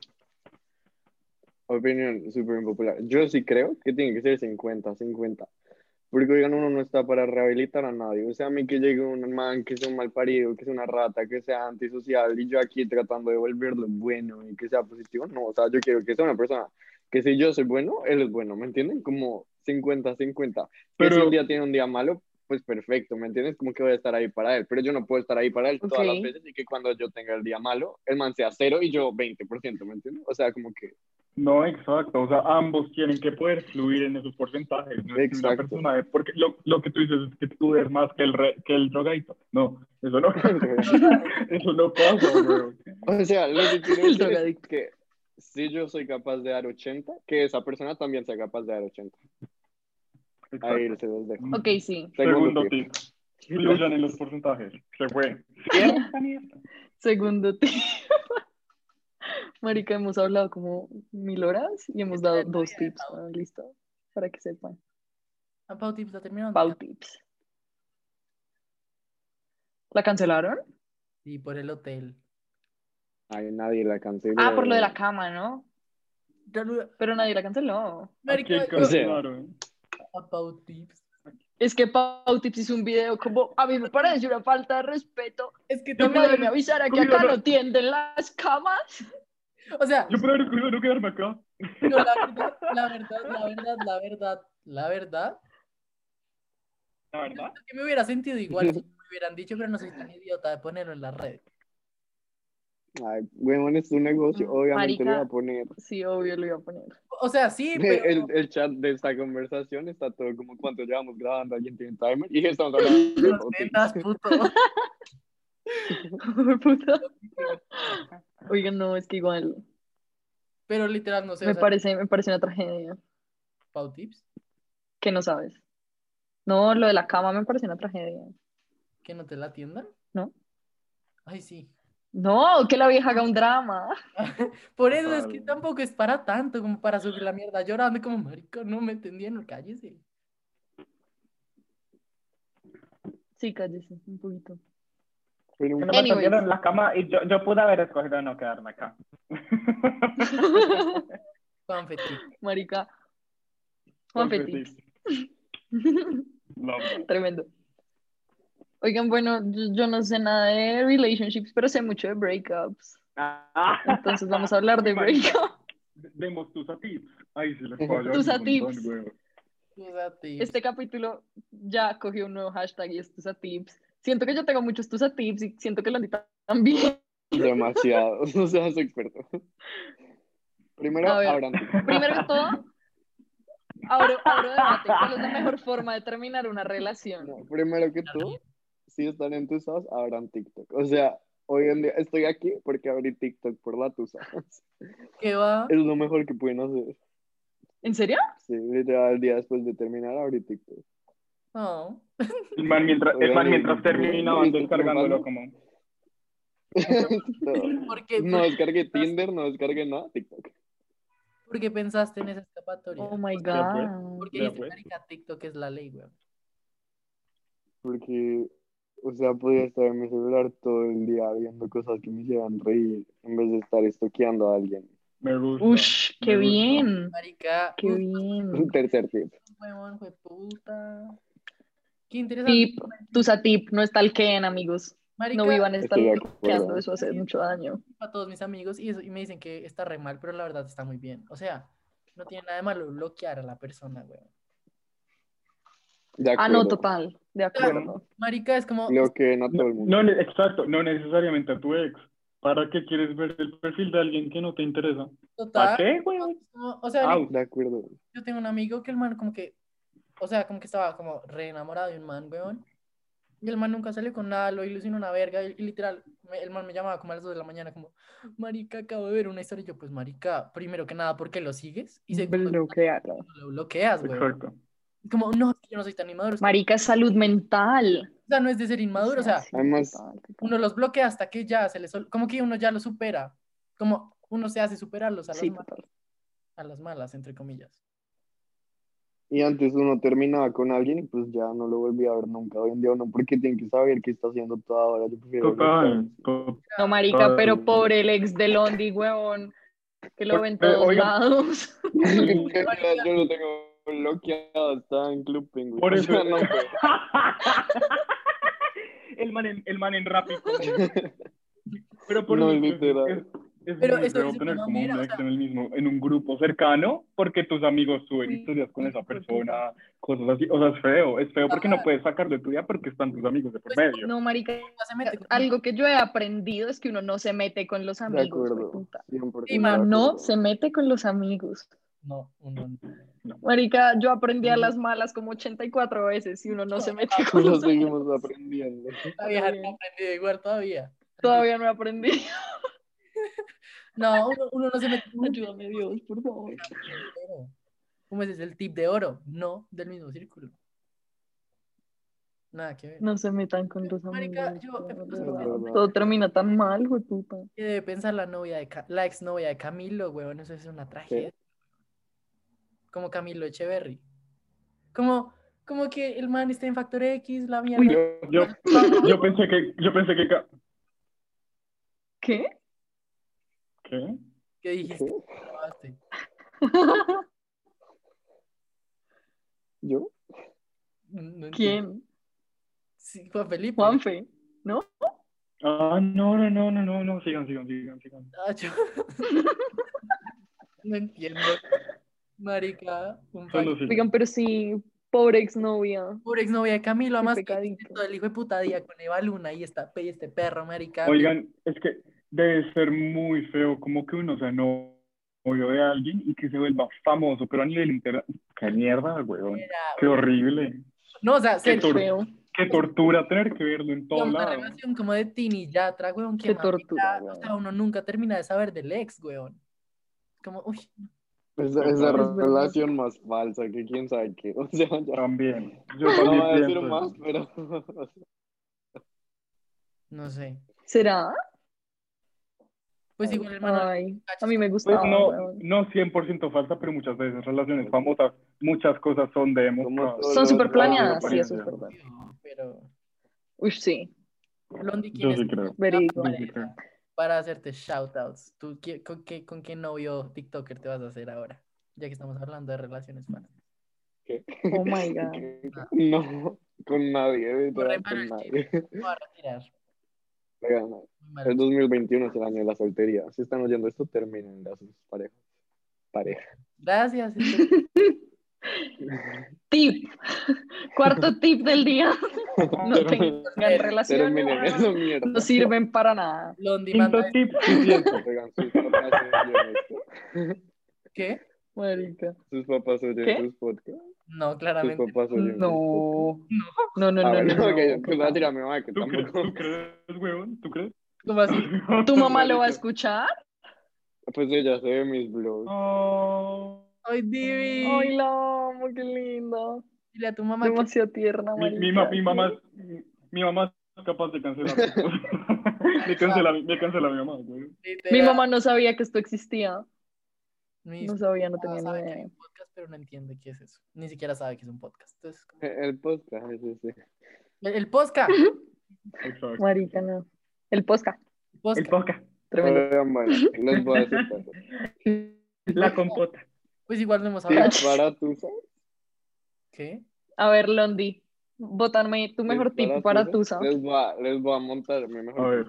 Opinión súper impopular. Yo sí creo que tiene que ser 50, 50. Porque, oigan, uno no está para rehabilitar a nadie. O sea, a mí que llegue un man que sea un mal parido, que sea una rata, que sea antisocial, y yo aquí tratando de volverlo bueno y que sea positivo. No, o sea, yo quiero que sea una persona que si yo soy bueno, él es bueno, ¿me entienden? Como 50, 50. Pero si
Pero-
un día tiene un día malo, pues perfecto, ¿me entiendes? Como que voy a estar ahí para él, pero yo no puedo estar ahí para él todas las
Ok.
veces y que cuando yo tenga el día malo, el man sea cero y yo 20%, ¿me entiendes? O sea, como que
No, exacto. O sea, ambos tienen que poder fluir en esos porcentajes. No es que una
Exacto.
persona, de- porque lo, lo que tú dices es que tú eres más que el, re- que el drogadito. No, eso no, eso no pasa, weón.
o sea, lo que
El
quiero decir es
drogadicto.
que si yo soy capaz de dar 80, que esa persona también sea capaz de dar 80.
Exacto. Mm.
Ahí se los dejo.
Ok, sí.
Segundo
tip.
tip. Fluyan en los porcentajes. Se fue. Esta mierda.
Segundo tip. Marica, hemos hablado como mil horas y hemos dado dos tips. ¿no? Listo. Para que sepan.
A Pau Tips está terminando.
Pau tips. ¿La cancelaron?
Y por el hotel.
Ay, nadie la canceló.
Ah, por lo de la cama, ¿no?
Marica,
Pero nadie la canceló.
Aquí
yo-
O sea,
cancelaron.
a Pau Tips.
Es que Pau Tips hizo un video como, a mí me parece una falta de respeto
Es que
que
Yo
también.
nadie me avisara que acá no tienden las camas.
O sea,
Yo puedo haber escogido no quedarme acá.
No, la verdad, la verdad, la verdad, la verdad, la verdad,
La verdad.
que me hubiera sentido igual si me hubieran dicho, pero no soy tan idiota de ponerlo en la red.
Ay, weón, es un negocio, obviamente lo
Mm, Marica.
voy a poner.
Sí, obvio, lo iba a poner.
O sea, sí, pero
El, el chat de esta conversación está todo como cuánto llevamos grabando, alguien tiene timer y estamos hablando de
las
todo tipo.
netas, puto.
Puta. Oigan, no, es que igual,
Pero literal, no sé, o
me
sea,
parece, me parece una tragedia,
Pau Tips,
que no sabes. No, lo de la cama me parece una tragedia.
que no te la atiendan.
No.
Ay, sí.
No, que la vieja haga un drama.
Por eso es que
Total.
tampoco es para tanto, como para subir la mierda llorando, como marico, no me entendieron, cállese.
Sí, cállese, un poquito.
Pero
No me
Anyway.
tendieron en la cama y yo, yo pude haber escogido no quedarme acá.
Juan Feti.
Marica. Juan Petit.
Petit.
No, no.
Tremendo. Oigan, bueno, yo, yo no sé nada de relationships, pero sé mucho de breakups.
Ah.
Entonces vamos a hablar de
Marica,
breakups.
Demos tus a tips. Ay, se les puedo hablar
Tus
un
a tips.
montón, huevo.
Fíjate.
Este capítulo ya cogió un nuevo hashtag y es Tusa Tips. Siento que yo tengo muchos Tusa Tips y siento que Landita también.
Demasiado. No seas experto. Primero,
A ver.
abran.
Primero que todo, abro, abro debate. ¿Cuál es la mejor forma de terminar una relación?
No, primero que tú, si están en tus house, abran TikTok. O sea, hoy en día estoy aquí porque abrí TikTok por la tusa.
¿Qué va?
Es lo mejor que pueden hacer.
¿En serio?
Sí, literal, el día después de terminar, abrí TikTok.
No.
El man mientras, el man
Oigan,
mientras termina
¿no?
descargándolo como.
Todo.
Porque
No
pues,
descargué Tinder, no descargué nada, TikTok.
porque pensaste en esa escapatoria?
Oh my
Ya, pues.
god.
Porque
Vea,
dice
pues.
marica TikTok es la ley, weón.
Porque, o sea, podía estar en mi celular todo el día viendo cosas que me hicieran reír en vez de estar estoqueando a alguien.
Me gusta.
Ush, qué
Me gusta.
bien.
Marica.
Qué
uf,
bien.
Tercer tip.
weón, puta. Qué interesante.
Tip, Tusa Tip, no estalqueen, amigos.
Marica,
No vivan
Estoy de
estalqueando,
acuerdo.
eso hace mucho daño.
a todos mis amigos y, eso- y me dicen que está re mal, pero la verdad está muy bien. O sea, no tiene nada de malo bloquear a la persona, weón.
De
Ah, no,
acuerdo.
total, de acuerdo.
Marica, es como.
Lo que no todo el mundo.
No, ne- exacto, no necesariamente a tu ex. ¿Para qué quieres ver el perfil de alguien que no te interesa? ¿Para
¿Ah?
Total.
qué, weón?
no, o sea,
Au.
De acuerdo.
yo tengo un amigo que el man como que, o sea, como que estaba como re enamorado de un man, weón. Y el man nunca salió con nada, lo ilusionó una verga. Y, y literal, me- el man me llamaba como a las 2 de la mañana, como, Marica, acabo de ver una historia. Y yo, pues, Marica, primero que nada, ¿por qué lo sigues? Y segundo,
Bloquearlo.
lo bloqueas, weón.
Exacto.
Y Como, no, es que yo no soy tan inmaduro. es que-
Marica, es salud mental.
o sea, no es de ser inmaduro, o sea,
sí,
Además-
total, total.
uno los bloquea hasta que ya se les. ol- Como que uno ya lo supera. Como uno se hace superarlos a las,
Sí,
ma-
total.
a las malas, entre comillas.
Y antes uno terminaba con alguien y pues ya no lo volví a ver nunca. Hoy en día uno, porque tiene que saber qué está haciendo toda hora. Yo prefiero
Total.
bloquear.
to-
No, marica,
Total.
pero pobre el ex de Londi, huevón, que lo ven
Pero,
todos
oigan,
lados.
Yo lo tengo bloqueado, está en Club Penguin.
Por
O
eso-
sea, no, pues.
el, man en, el man en rápido. Pero por
No,
eso es-
literal.
Es, es
Pero
muy
eso
feo
es
tener
una
como un
manera, o
ex
sea-
en, el mismo, en un grupo cercano porque tus amigos suben
Sí,
historias con esa
hijo de
persona, cosas así. O sea, es feo. Es feo porque no puedes sacarlo de tu vida porque están tus amigos de por
Pues,
medio.
No, marica,
Ya se mete con-
algo que yo he aprendido es que uno no se mete con los
De
amigos,
acuerdo.
hueputa.
100%
Y
de
Uno Ah, no
acuerdo.
se mete con los amigos.
No, uno no.
Marica, yo aprendí a las malas como 84 veces y uno no se mete con
Lo
los amigos.
seguimos aprendiendo.
La vieja
bien.
no ha aprendido igual todavía.
Todavía no he aprendido.
No, uno, uno no se mete con
Ayúdame Dios, por favor.
¿Cómo es ese? el tip de oro? No, del mismo círculo. Nada que ver.
No se metan con los
Marica,
amigos.
yo-
de
yo-
verdad. Todo termina tan mal, puta.
¿Qué debe pensar la novia de Ca- la exnovia de Camilo, weón? Eso es una tragedia. Como Camilo Echeverry. Como, como que el man está en Factor X, la mierda.
Yo, yo, yo pensé que. Yo pensé que. ca-
¿Qué?
¿Qué?
¿Qué dijiste?
¿Qué?
¿Qué grabaste?
¿Yo?
No entiendo.
¿Quién?
Sí, Juan Felipe.
Juanfe.
Ah, no, no, no, no, no, no. Sigan, sigan, sigan, sigan.
Ah, yo- no entiendo. Marica, un
Solo
país.
sigan.
Oigan, pero sí, pobre exnovia.
Por exnovia de Camilo, además
pecadito.
todo el hijo de puta día con Eva Luna y esta pe- y este perro, marica.
Oigan, es que debe ser muy feo como que uno sea novio de alguien y que se vuelva famoso, pero a nivel interno. ¡Qué mierda, weón!
Era-
¡Qué horrible!
No, o sea,
Qué
se
tor-
Feo.
¡Qué tortura tener que verlo en
como
todos
una
lados!
relación como de Tini y Yatra, weón, que
Qué
marica,
tortura,
O
weón.
sea, uno nunca termina de saber del ex, weón. Como, uy,
Esa,
Es
esa
verdad.
relación más falsa que quién sabe qué. O sea, ya.
También. Yo
No
también
voy a decir
pienso
más,
eso.
pero.
no sé.
¿Será?
Pues igual el man
Ay, a mí me
Pues
gustaba.
Ah,
no,
weón.
no 100% falsa, pero muchas veces relaciones famosas, muchas cosas son de emo.
Como todo
Son
lo-
súper planeadas,
todo lo
sí, eso es
planeado.
verdad.
pero
Uy, sí.
Blondie, ¿quién
Yo
es
sí
tu
creo.
Verico.
Yo sí creo.
para hacerte shoutouts. ¿Tú qué- con, qué, ¿Con qué novio TikToker te vas a hacer ahora? Ya que estamos hablando de relaciones humanas.
Oh my god.
No, con nadie, de
Por
verdad,
reparar
con
el
nadie.
Me voy a retirar.
Oigan,
Muy mal.
Pues
El 2021 es el año de la soltería. Si están oyendo esto, terminen las parejas. Pareja.
Gracias. este
Tip. Cuarto tip del día. No
Terminen-
tengan relaciones.
Terminen esa mierda.
No sirven para nada.
Blondie
Quinto
manda
tip, sí siento.
Oigan, sus papás oyen esto.
¿Qué?
Marica.
Sus papás oyen
¿Qué?
sus podcasts.
No,
Sus
claramente.
papás oyen sus
No. No, no, no.
podcasts. Ah,
no,
bueno,
no,
ok,
no.
pues voy a tirarme, mamá, que
¿Tú crees,
tampoco.
¿Tú crees, huevón? ¿Tú crees?
¿Cómo así?
¿Tu mamá lo va a
Marica.
escuchar?
Pues ella se ve mis blogs.
Oh,
Ay, Divi.
Ay, la amo, qué lindo.
Dile a tu mamá que
Demasiado tierna,
mi,
marica.
mi, ma- mi mamá, es- mi mamá es capaz de cancelar. me, cancela, me cancela mi mamá, güey.
te
Mi
da-
mamá no sabía que esto existía.
Mi
No sabía, no
mamá
tenía
sabe
ni
que hay
idea.
un podcast, pero no entiende qué es eso. Ni siquiera sabe que es un podcast. Entonces, como-
El podcast, sí, sí.
el, el podcast.
Exacto.
Marica, no. El posca.
El
El
podcast.
poca,
Tremendo.
Oigan, bueno, les voy a decir cosas.
la compota.
Pues igual no hemos hablado.
Tips para tus
¿Qué?
A ver, Londi. Bótame tu mejor tip para Tusa.
Les voy a, les voy a montar mi mejor
A ver,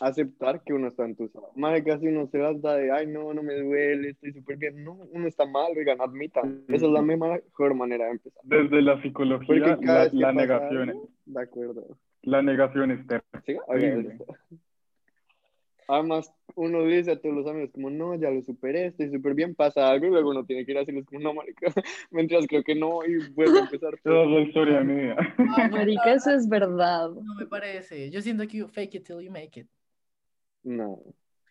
aceptar que uno está entusiasmado. Madre, casi uno se da de, ay, no, no me duele, estoy súper bien. No, uno está mal, oigan, admitan. Esa es la mejor manera de empezar.
desde la psicología,
Porque cada
la,
vez que
la
pasa
negación,
algo- De acuerdo.
la negación externa.
¿Sí? Oigan, Además, uno dice a todos los amigos, como, no, ya lo superé, estoy súper bien, pasa algo, y luego uno tiene que ir a decirles, como, no, marica, mientras creo que no, y vuelve a empezar.
Esa es la historia de mi vida.
Ah, bueno,
Marica, eso es verdad.
No me parece. Yo siento que you fake it till you make it.
No.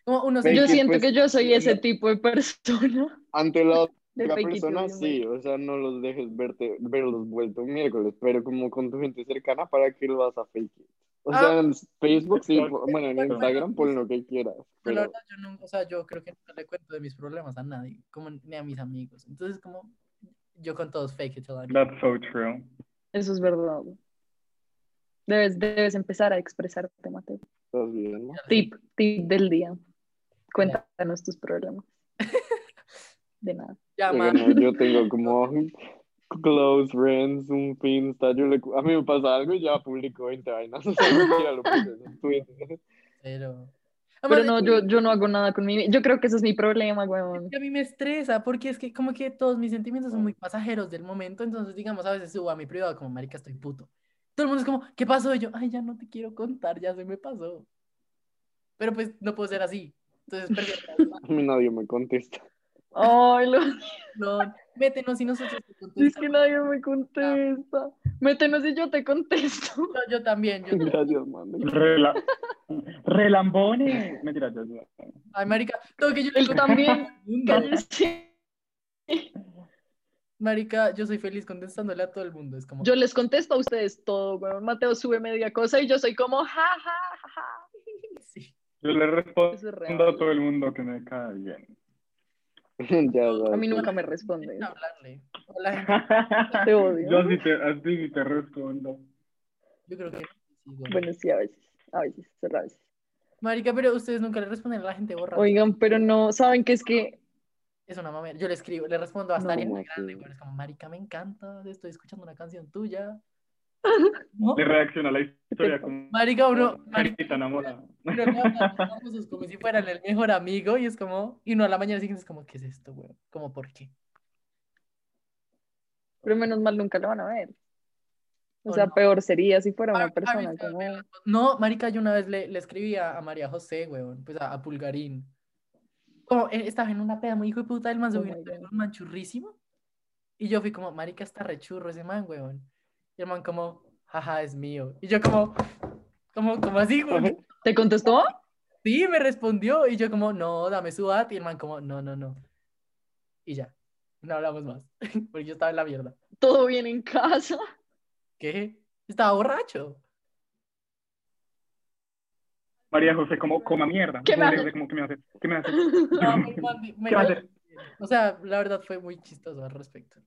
Como uno
Fake
Yo
it,
siento
pues,
que yo soy ese
no.
tipo de persona.
Ante la
De
La
fake it
persona
till you
sí, o sea, no los dejes verte, verlos vueltos miércoles, pero como con tu gente cercana, ¿para qué lo vas a fake it? O
Ah.
sea, en Facebook sí,
Exacto.
bueno, en Instagram pon lo que quieras,
Pero la
pero
verdad, yo nunca, o sea, yo creo que nunca le cuento de mis problemas a nadie, como ni a mis amigos. Entonces, como yo con todos fake it till I make it.
That's so true.
make. Eso es verdad. Debes, debes empezar a expresarte, Mateo.
estás bien, ¿no?
Tip, tip del día. Cuéntanos tus problemas. De nada.
Llama.
Bueno, yo tengo como close friends, un Finsta, yo le cu- a mí me pasa algo y ya publico 20 vainas, o sea, ni siquiera lo puse en Twitter.
Pero.
Pero
Además,
no, yo, yo no hago nada con mi... Yo creo que ese es mi problema,
es
weón.
que a mí me estresa porque es que como que todos mis sentimientos
Mm.
son muy pasajeros del momento, entonces digamos a veces subo a mi privado como marica estoy puto. Todo el mundo es como, ¿qué pasó? Y yo, ay, ya no te quiero contar, ya se me pasó. Pero pues no puedo ser así. Entonces, prefiero-
A mí nadie me contesta.
Ay, lo...
no, métenos y nosotros te
es que
contestamos.
nadie me contesta. Métenos y yo te contesto.
No, yo también, yo
Gracias, mami.
Rela- Relambones. Mentira, yo, yo.
Ay, marica, todo que yo le
Él
conté
también.
al mundo.
cállese.
Marica, yo soy feliz contestándole a todo el mundo. Es como,
Yo les contesto a ustedes todo, weón. Mateo sube media cosa y yo soy como, ja, ja, ja, ja.
sí.
Yo le
Eso es
respondo a
real.
todo el mundo que me cae bien.
Ya,
A mí
sabes,
nunca me
Sin
responde.
hablarle. O la gente,
Te odio.
Yo sí te, a ti sí te respondo.
yo creo que sí, güey.
Bueno, sí, a veces. A veces, a veces.
Marica, pero ustedes nunca le responden a la gente borrada.
Oigan, pero no, ¿saben que es que
Es una mamera. Yo le escribo, le respondo hasta
No,
Ariana
¿cómo
Grande,
así?
güey. Es como, marica, me encanta, estoy escuchando una canción tuya. ¿No?
Te reacciona la historia como
Marica, uno, marica,
carita enamorada.
uno le habla a los famosos como si fueran el mejor amigo y es como, y no a la mañana siguiente es como, ¿qué es esto, güey? Como, ¿por qué?
Pero menos mal nunca lo van a ver. O
¿O
sea,
no?
peor sería si fuera
A
una
mí- a mí
persona
sí me
como...
No, marica, yo una vez le, le escribí a, a María José, weón, pues a, a Pulgarín. Como, él estaba en una peda muy hijo de puta, el man se
Oh
vino
my
con
God.
un manchurrísimo. Y yo fui como, marica, está rechurro ese man, weón. Y el man como, jaja, es mío. Y yo como, como, como así, weón.
¿Te contestó?
Sí, me respondió. Y yo como, no, dame su at. Y el man como, no, no, no. Y ya, no hablamos más. Porque yo estaba en la mierda.
¿Todo bien en casa?
¿Qué? Estaba borracho.
María José, como, coma mierda.
¿Qué me
María
hace?
José, como, ¿Qué me hace? ¿Qué me hace?
No, me- me- me
¿Qué va a
cayó
hacer?
bien. O sea, la verdad fue muy chistoso al respecto.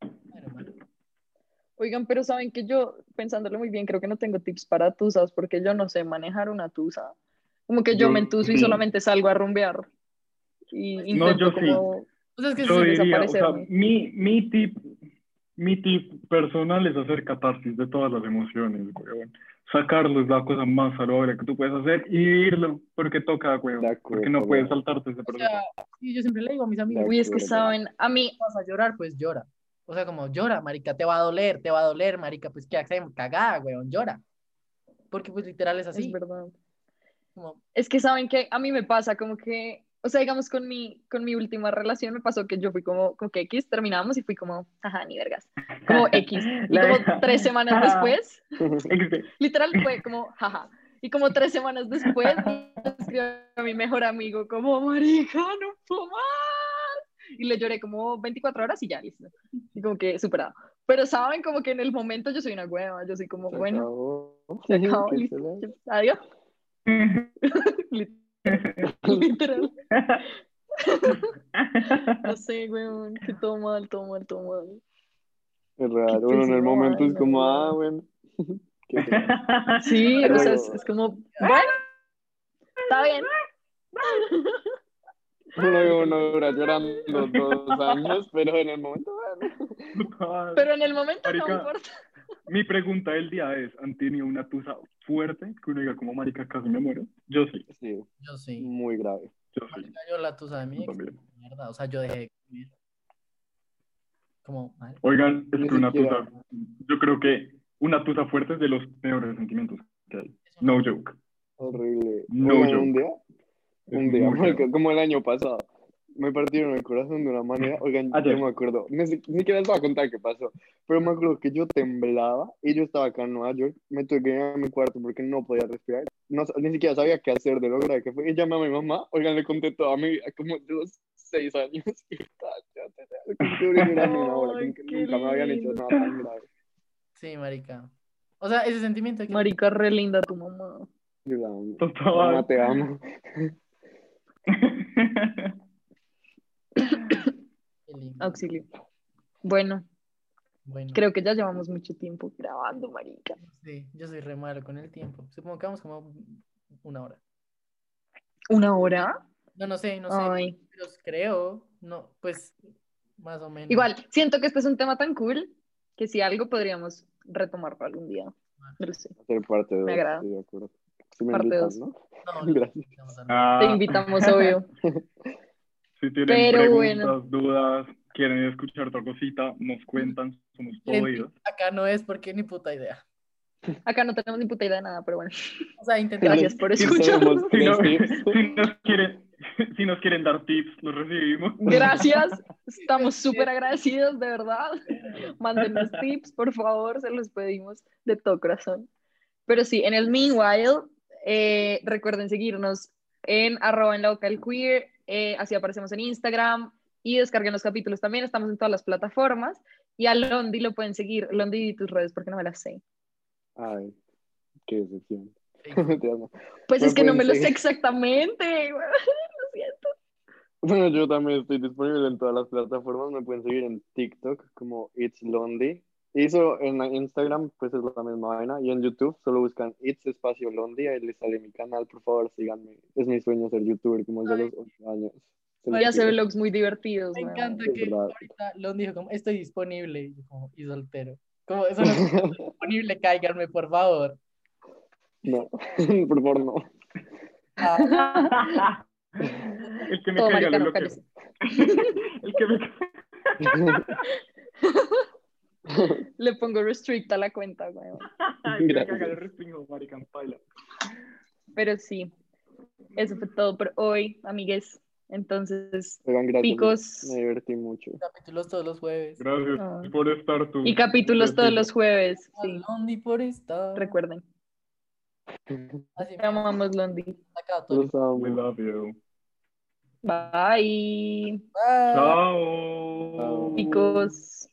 Bueno, bueno.
Oigan, pero saben que yo, pensándolo muy bien, creo que no tengo tips para tusas porque yo no sé manejar una tusa. Como que yo
Yo
me entuso y
sí.
solamente salgo a rumbear. Y
No,
intento
yo sí.
como...
O sea, es que
Yo
sí,
diría, o sea,
desaparecerme.
mi, mi tip, mi tip personal es hacer catarsis de todas las emociones, weón. Sacarlo es la cosa más saludable que tú puedes hacer y vivirlo, porque toca, weón.
De acuerdo,
Porque no puedes
weón.
saltarte ese
o
proceso.
sea, sí, yo siempre le digo a mis amigos,
Uy, es que
Seguro que no.
saben, a mí,
vas a llorar, pues llora. O sea, como llora, marica, te va a doler, te va a doler, marica, pues qué hacemos, cagada, weón, llora. Porque pues literal es así.
es verdad.
como,
Es que saben que a mí me pasa como que, o sea, digamos con mi, con mi última relación me pasó que yo fui como, con que X terminamos y fui como, ajá, ni vergas, como X. Y
La-
como tres semanas
Ajá.
después,
Existe.
literal fue como, jaja. Y como tres semanas después, me escribió a mi mejor amigo como, marica, no puedo más. Y le lloré como 24 horas y ya, listo. Y como que superado. Pero saben como que en el momento yo soy una hueva, yo soy como,
Se
bueno,
acabó.
se acabó,
Que
listo,
se la-
adiós. Literal. Literal. No sé, weón, que todo mal, todo mal, todo mal.
Es raro.
Qué
Bueno, en
pésima
el momento es
vaina,
como,
weón.
ah, bueno. Qué raro.
Sí, o
Pero-
sea, es, es como, bueno, está bien.
No lo veo uno dura llorando dos años, pero en el momento, bueno.
Pero en el momento no
Marica.
importa.
Mi pregunta del día es, ¿han tenido una tusa fuerte que uno diga como marica casi me muero? Yo sí,
Sí,
yo sí.
muy grave.
yo sí.
Marica, yo la tusa de mi ex,
También.
mierda, o sea, yo dejé de comer. Como, mal.
Oigan, es
Ni
que una
siquiera.
tusa, yo creo que una tusa fuerte es de los peores sentimientos que hay. No joke.
Horrible.
No,
Oigan,
yo-
un día,
Es
un día,
muy
marica, como el año pasado. Me partieron el corazón de una manera, oigan,
Ah,
Ayer.
yo me acuerdo, ni, si- ni siquiera les voy a contar qué pasó, pero me acuerdo que yo temblaba y yo estaba acá en Nueva York, me tuve que ir a mi cuarto porque no podía respirar, no, sa- ni siquiera sabía qué hacer de lo grave que fue, y llamé a mi mamá, oigan, le conté toda mi vida, como de los seis años, y estaba ya, como que duré llorando una hora,
Ay,
como que
qué
nunca me habían hecho
lindo.
nada tan grave.
Sí, marica. O sea, ese sentimiento de que
Marica, re linda tu mamá.
Yo la amo. Mamá,
Total.
te amo.
Qué
ah,
lindo.
Auxilio. Bueno,
Bueno,
creo que ya llevamos mucho tiempo grabando, marica.
sí, yo soy re malo con el tiempo. Supongo que vamos como una hora.
¿Una hora?
No, no sé, no sé.
Ay.
Pero creo, no, pues, más o menos.
Igual, siento que este es un tema tan cool que si algo podríamos retomarlo algún día. No lo sé.
Hacer parte dos,
Me agrada.
estoy de acuerdo. Si me
Parte
invitan,
dos.
¿no?
No, no,
Gracias.
no, no, no.
Ah,
Te invitamos, obvio.
Si tienen
Pero
preguntas,
bueno.
dudas, quieren escuchar otra cosita, nos cuentan, somos
Gente,
oídos.
Acá no es porque ni puta idea.
Acá no tenemos ni puta idea de nada, pero bueno.
O sea, intentar.
Gracias por
Sí,
escucharnos.
somos
Si,
tres
no-
tips.
si nos quieren, si nos quieren dar tips, los recibimos.
Gracias, estamos súper agradecidos, de verdad. Mándenos tips, por favor, se los pedimos de todo corazón. Pero sí, en el meanwhile, eh, recuerden seguirnos en arroba en la boca del queer, eh, así aparecemos en Instagram y descarguen los capítulos también, estamos en todas las plataformas. Y a Londi lo pueden seguir, Londi y tus redes, porque no me las sé.
Ay, qué decepción.
Sí.
Te amo.
Pues
Me
es que no
pueden
me lo sé
seguir.
exactamente. güey.
Bueno, yo también estoy disponible en todas las plataformas. Me pueden seguir en TikTok como It's Londy. Y eso en la- Instagram, pues es la misma vaina. Y en YouTube solo buscan It's Espacio Londy. Ahí les sale mi canal. Por favor, síganme. Es mi sueño ser youtuber como desde
Ay.
los 8 años. Se los
Voy a hacer
pido.
vlogs muy divertidos.
Me
güey.
encanta
es
que
verdad.
ahorita Lon dijo como estoy disponible y, yo como, y soltero. Como eso no es disponible, cáiganme, por favor.
No, por favor, no.
Ah,
El que me
Todo marica,
caiga, lo
no,
bloqueo.
cállese.
El que me caiga.
Le pongo restrict a la cuenta, güey.
Ay, mira,
Gracias.
caga, lo restringo, maricón, paila.
Pero sí, eso fue todo por hoy, amigues. Entonces,
Oigan, gracias.
Picos.
Me divertí mucho.
capítulos todos los jueves.
Gracias
Ah.
por estar tú.
y capítulos todos los jueves. Sí,
Londi por estar.
recuerden.
Así
Te
me amo.
amamos, Londi.
Acá, Tony.
Los amo.
We love you.
Bye,
Bye.
Chao.
picos.